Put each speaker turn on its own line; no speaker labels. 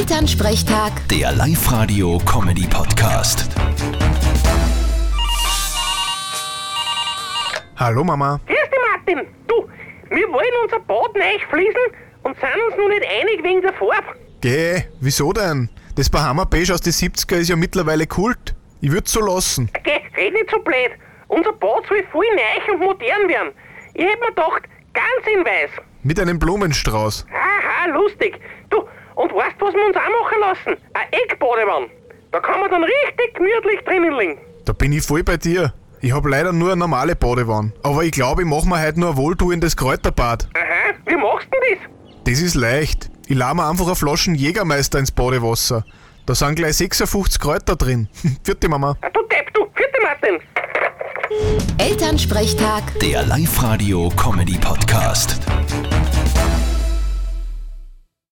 Elternsprechtag,
Der Live-Radio-Comedy-Podcast.
Hallo Mama.
Grüß dich, Martin. Du, wir wollen unser Bad neu fließen und sind uns noch nicht einig wegen der Farbe.
Geh, wieso denn? Das Bahama Beige aus den 70er ist ja mittlerweile Kult. Ich würd's so lassen.
Geh, red nicht so blöd. Unser Bad soll voll neu und modern werden. Ich hätte mir gedacht, ganz in weiß.
Mit einem Blumenstrauß.
Aha, lustig. Du, und weißt, was wir uns auch machen lassen? Ein Eckbadewanne. Da kann man dann richtig gemütlich drinnen liegen.
Da bin ich voll bei dir. Ich hab leider nur eine normale Badewanne. Aber ich glaube, ich mach mir heute nur ein wohltuendes Kräuterbad.
Aha, wie machst du denn das?
Das ist leicht. Ich lade mir einfach eine Flaschen Jägermeister ins Badewasser. Da sind gleich 56 Kräuter drin. Vierte Mama.
Ah, Du Depp, du, vierte Martin.
Elternsprechtag.
Der Live-Radio-Comedy-Podcast.